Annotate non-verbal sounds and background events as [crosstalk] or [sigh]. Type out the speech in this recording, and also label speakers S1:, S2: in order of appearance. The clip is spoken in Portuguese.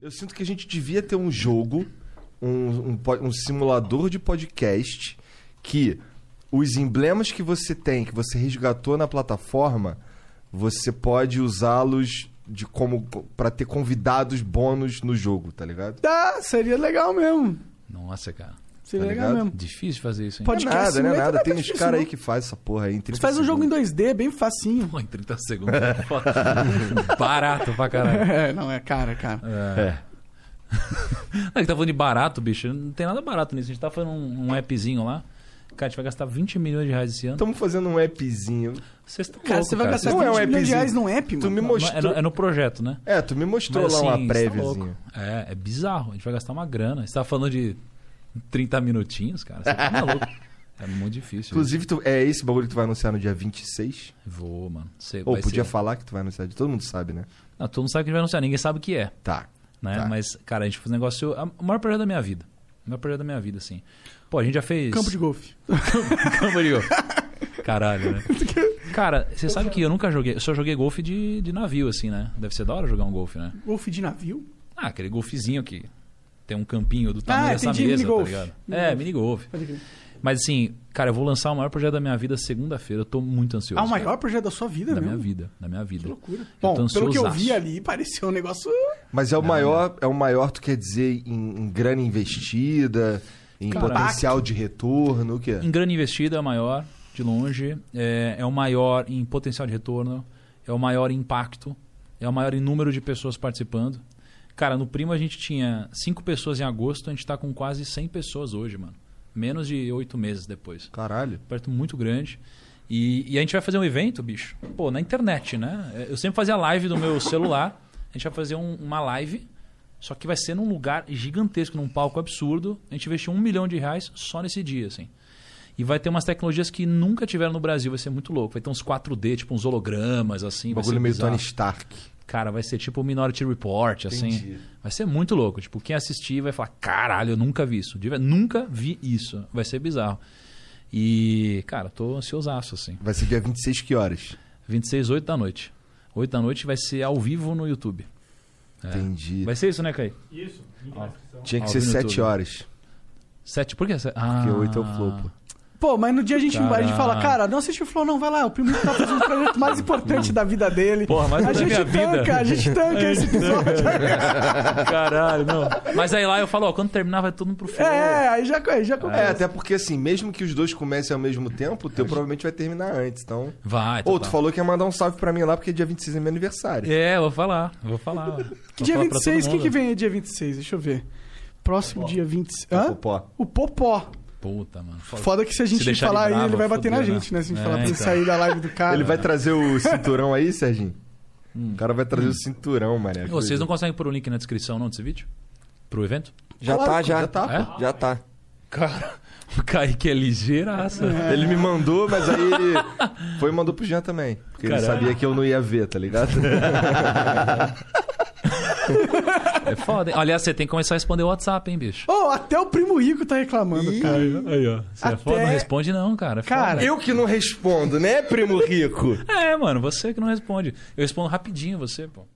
S1: Eu sinto que a gente devia ter um jogo, um, um, po- um simulador de podcast que os emblemas que você tem, que você resgatou na plataforma, você pode usá-los de como para ter convidados bônus no jogo, tá ligado?
S2: Tá, seria legal mesmo.
S3: Nossa, cara.
S2: Seria
S1: Tá
S2: legal
S1: ligado?
S2: mesmo.
S3: Difícil fazer isso, hein?
S2: Pode-
S1: não é
S2: Podcast
S1: nada, não é nada.
S2: simulator não é
S1: Tem
S2: tão
S1: uns
S2: difícil,
S1: caras aí
S2: não.
S1: que faz essa porra aí. em 30
S2: Você faz um jogo em
S1: segundos.
S2: 2D, bem facinho.
S3: Pô, em 30 segundos.
S1: [laughs]
S3: é barato pra caralho.
S2: É, [laughs] não, é cara, cara.
S1: É.
S3: Não, ele tá falando de barato, bicho. Não tem nada barato nisso. A gente tá fazendo um, um appzinho lá. Cara, a gente vai gastar 20 milhões de reais esse ano.
S1: Estamos fazendo um appzinho.
S3: Vocês estão
S2: Cara, você vai gastar
S1: Não é um
S2: 20 milhões de
S1: appzinho.
S2: reais num app, mano.
S1: Tu me
S3: É no,
S1: mostrou.
S3: é no projeto, né?
S1: É, tu me mostrou
S3: Mas,
S1: lá
S3: assim,
S1: uma
S3: você tá
S1: préviazinha.
S3: louco. é, é bizarro. A gente vai gastar uma grana. Você tá falando de 30 minutinhos, cara. Você
S1: [laughs]
S3: tá maluco. É muito difícil.
S1: Inclusive, tu- é esse bagulho que tu vai anunciar no dia 26?
S3: Vou, mano. Você
S1: Ou
S3: vai
S1: podia
S3: ser...
S1: falar que tu vai anunciar de todo mundo sabe, né?
S3: Não, todo mundo sabe que a gente vai anunciar. Ninguém sabe o que é.
S1: Tá.
S3: né?
S1: Tá.
S3: Mas, cara, a gente fez um negócio. a- O maior projeto da minha vida. O maior projeto da minha vida, assim. Pô, a gente já fez. [laughs]
S2: Campo de golfe.
S3: Campo de golfe. Caralho,
S2: [laughs]
S3: né? Cara, você sabe que eu nunca joguei. Eu só joguei golfe de, de navio, assim, né? Deve ser da hora jogar um golfe, né?
S2: Golfe de navio?
S3: Ah, aquele golfezinho que tem um campinho do tamanho
S2: Ah,
S3: dessa
S2: entendi,
S3: mesa, tá
S2: minigolfe.
S3: ligado? É,
S2: Minigolfe.
S3: mini golfe.
S2: Pode crer.
S3: Mas assim, cara, eu vou lançar o maior projeto da minha vida segunda-feira. Eu tô muito ansioso.
S2: Ah, o maior
S3: cara.
S2: projeto da sua vida,
S3: da
S2: mesmo?
S3: minha vida, da minha
S2: Que
S3: vida.
S2: loucura.
S3: tô
S2: Bom, pelo que eu vi
S3: ansiosaço.
S2: ali, pareceu um negócio...
S1: Mas é o maior, é o maior, tu quer dizer, em, em grana investida, em
S3: Cara,
S1: potencial de retorno, o quê?
S3: Em grana investida é o maior, de longe. É, é o maior em potencial de retorno. É o maior em impacto. É o maior em número de pessoas participando. Cara, no Primo a gente tinha 5 pessoas em agosto, a gente tá com quase 100 pessoas hoje, mano. Menos de 8 meses depois.
S1: Caralho.
S3: Perto muito grande. E, e a gente vai fazer um evento, bicho. Pô, na internet, né? É, Eu sempre fazia live do meu celular. A gente vai fazer um- uma live, só que vai ser num lugar gigantesco, num palco absurdo. A gente investiu um milhão de reais só nesse dia, assim. E vai ter umas tecnologias que nunca tiveram no Brasil, vai ser muito louco. Vai ter uns 4D, tipo uns hologramas, assim.
S1: Um
S3: vai
S1: bagulho
S3: ser
S1: meio
S3: bizarro.
S1: Tony Stark.
S3: Cara, vai ser tipo o Minority Report, assim.
S1: Entendi.
S3: Vai ser muito louco. Tipo, quem assistir vai falar: caralho, eu nunca vi isso. De ver- Nunca vi isso. Vai ser bizarro. E, cara, tô ansiosaço, assim.
S1: Vai ser dia 26 que horas?
S3: 26, 8 da noite. 8 da noite vai ser ao vivo no YouTube.
S1: Entendi.
S3: É. Vai ser isso, né, Caio?
S4: Isso, link na descrição.
S1: Tinha que
S3: Ao
S1: ser
S3: vivo no
S1: 7
S3: YouTube.
S1: horas.
S3: 7, por que? se- Ah,
S1: Porque 8 é o flow, pô.
S2: Pô, mas no dia a gente, a gente fala,
S3: Caraca.
S2: cara, não assiste o Flow, não, vai lá, o primo tá fazendo o projeto mais importante da vida dele.
S3: Porra, mais um
S2: a
S3: da
S2: gente
S3: minha vida. É
S2: tanca, a gente tanca esse episódio.
S3: [laughs] Caralho, não. Mas aí lá eu falo: ó, quando terminar vai todo mundo pro flow.
S2: É, aí já, aí já
S1: É,
S2: começa.
S1: até porque assim, mesmo que os dois comecem ao mesmo tempo, o teu provavelmente vai terminar antes, então...
S3: Vai, tá,
S1: Ou
S3: total.
S1: tu falou que ia mandar um salve pra mim lá, porque dia 26 é meu aniversário.
S3: É, vou falar, vou falar.
S2: Que dia 26, o que, que vem aí dia 26? Deixa eu ver. Próximo dia 26. Hã?
S1: É Tá, Popó.
S2: O Popó.
S3: Puta, mano.
S2: Foda que se a
S3: Se
S2: gente
S3: deixar ele
S2: falar aí,
S3: bravo,
S2: ele vai bater na
S3: fudeu,
S2: gente, né? Se a gente
S3: né?
S2: falar pra
S3: É,
S2: ele
S3: então.
S2: sair da
S3: [laughs]
S2: live do cara.
S1: Ele vai trazer o cinturão aí, Serginho?
S3: Hum.
S1: O cara vai trazer o cinturão, mané.
S3: Ô, Vocês não conseguem pôr o link na descrição, não, desse vídeo? Pro evento?
S5: Já
S1: Claro
S5: tá,
S1: que
S5: já.
S1: já tá,
S3: Ah, pô.
S5: Já tá.
S3: Cara, [laughs] o Kaique é ligeiraça.
S1: Ele me mandou, mas aí ele foi e mandou pro Jean também. Porque
S3: Caralho.
S1: ele sabia que eu não ia ver, tá ligado?
S3: É foda. hein? Aliás, você tem que começar a responder o WhatsApp, hein, bicho?
S2: Oh, até o primo rico tá reclamando, cara.
S3: Aí, ó. Você é
S2: Até-
S3: foda, não responde não, cara. É foda.
S2: Cara,
S1: Eu que não respondo, né, primo rico?
S3: É, mano, você que não responde. Eu respondo rapidinho você, pô.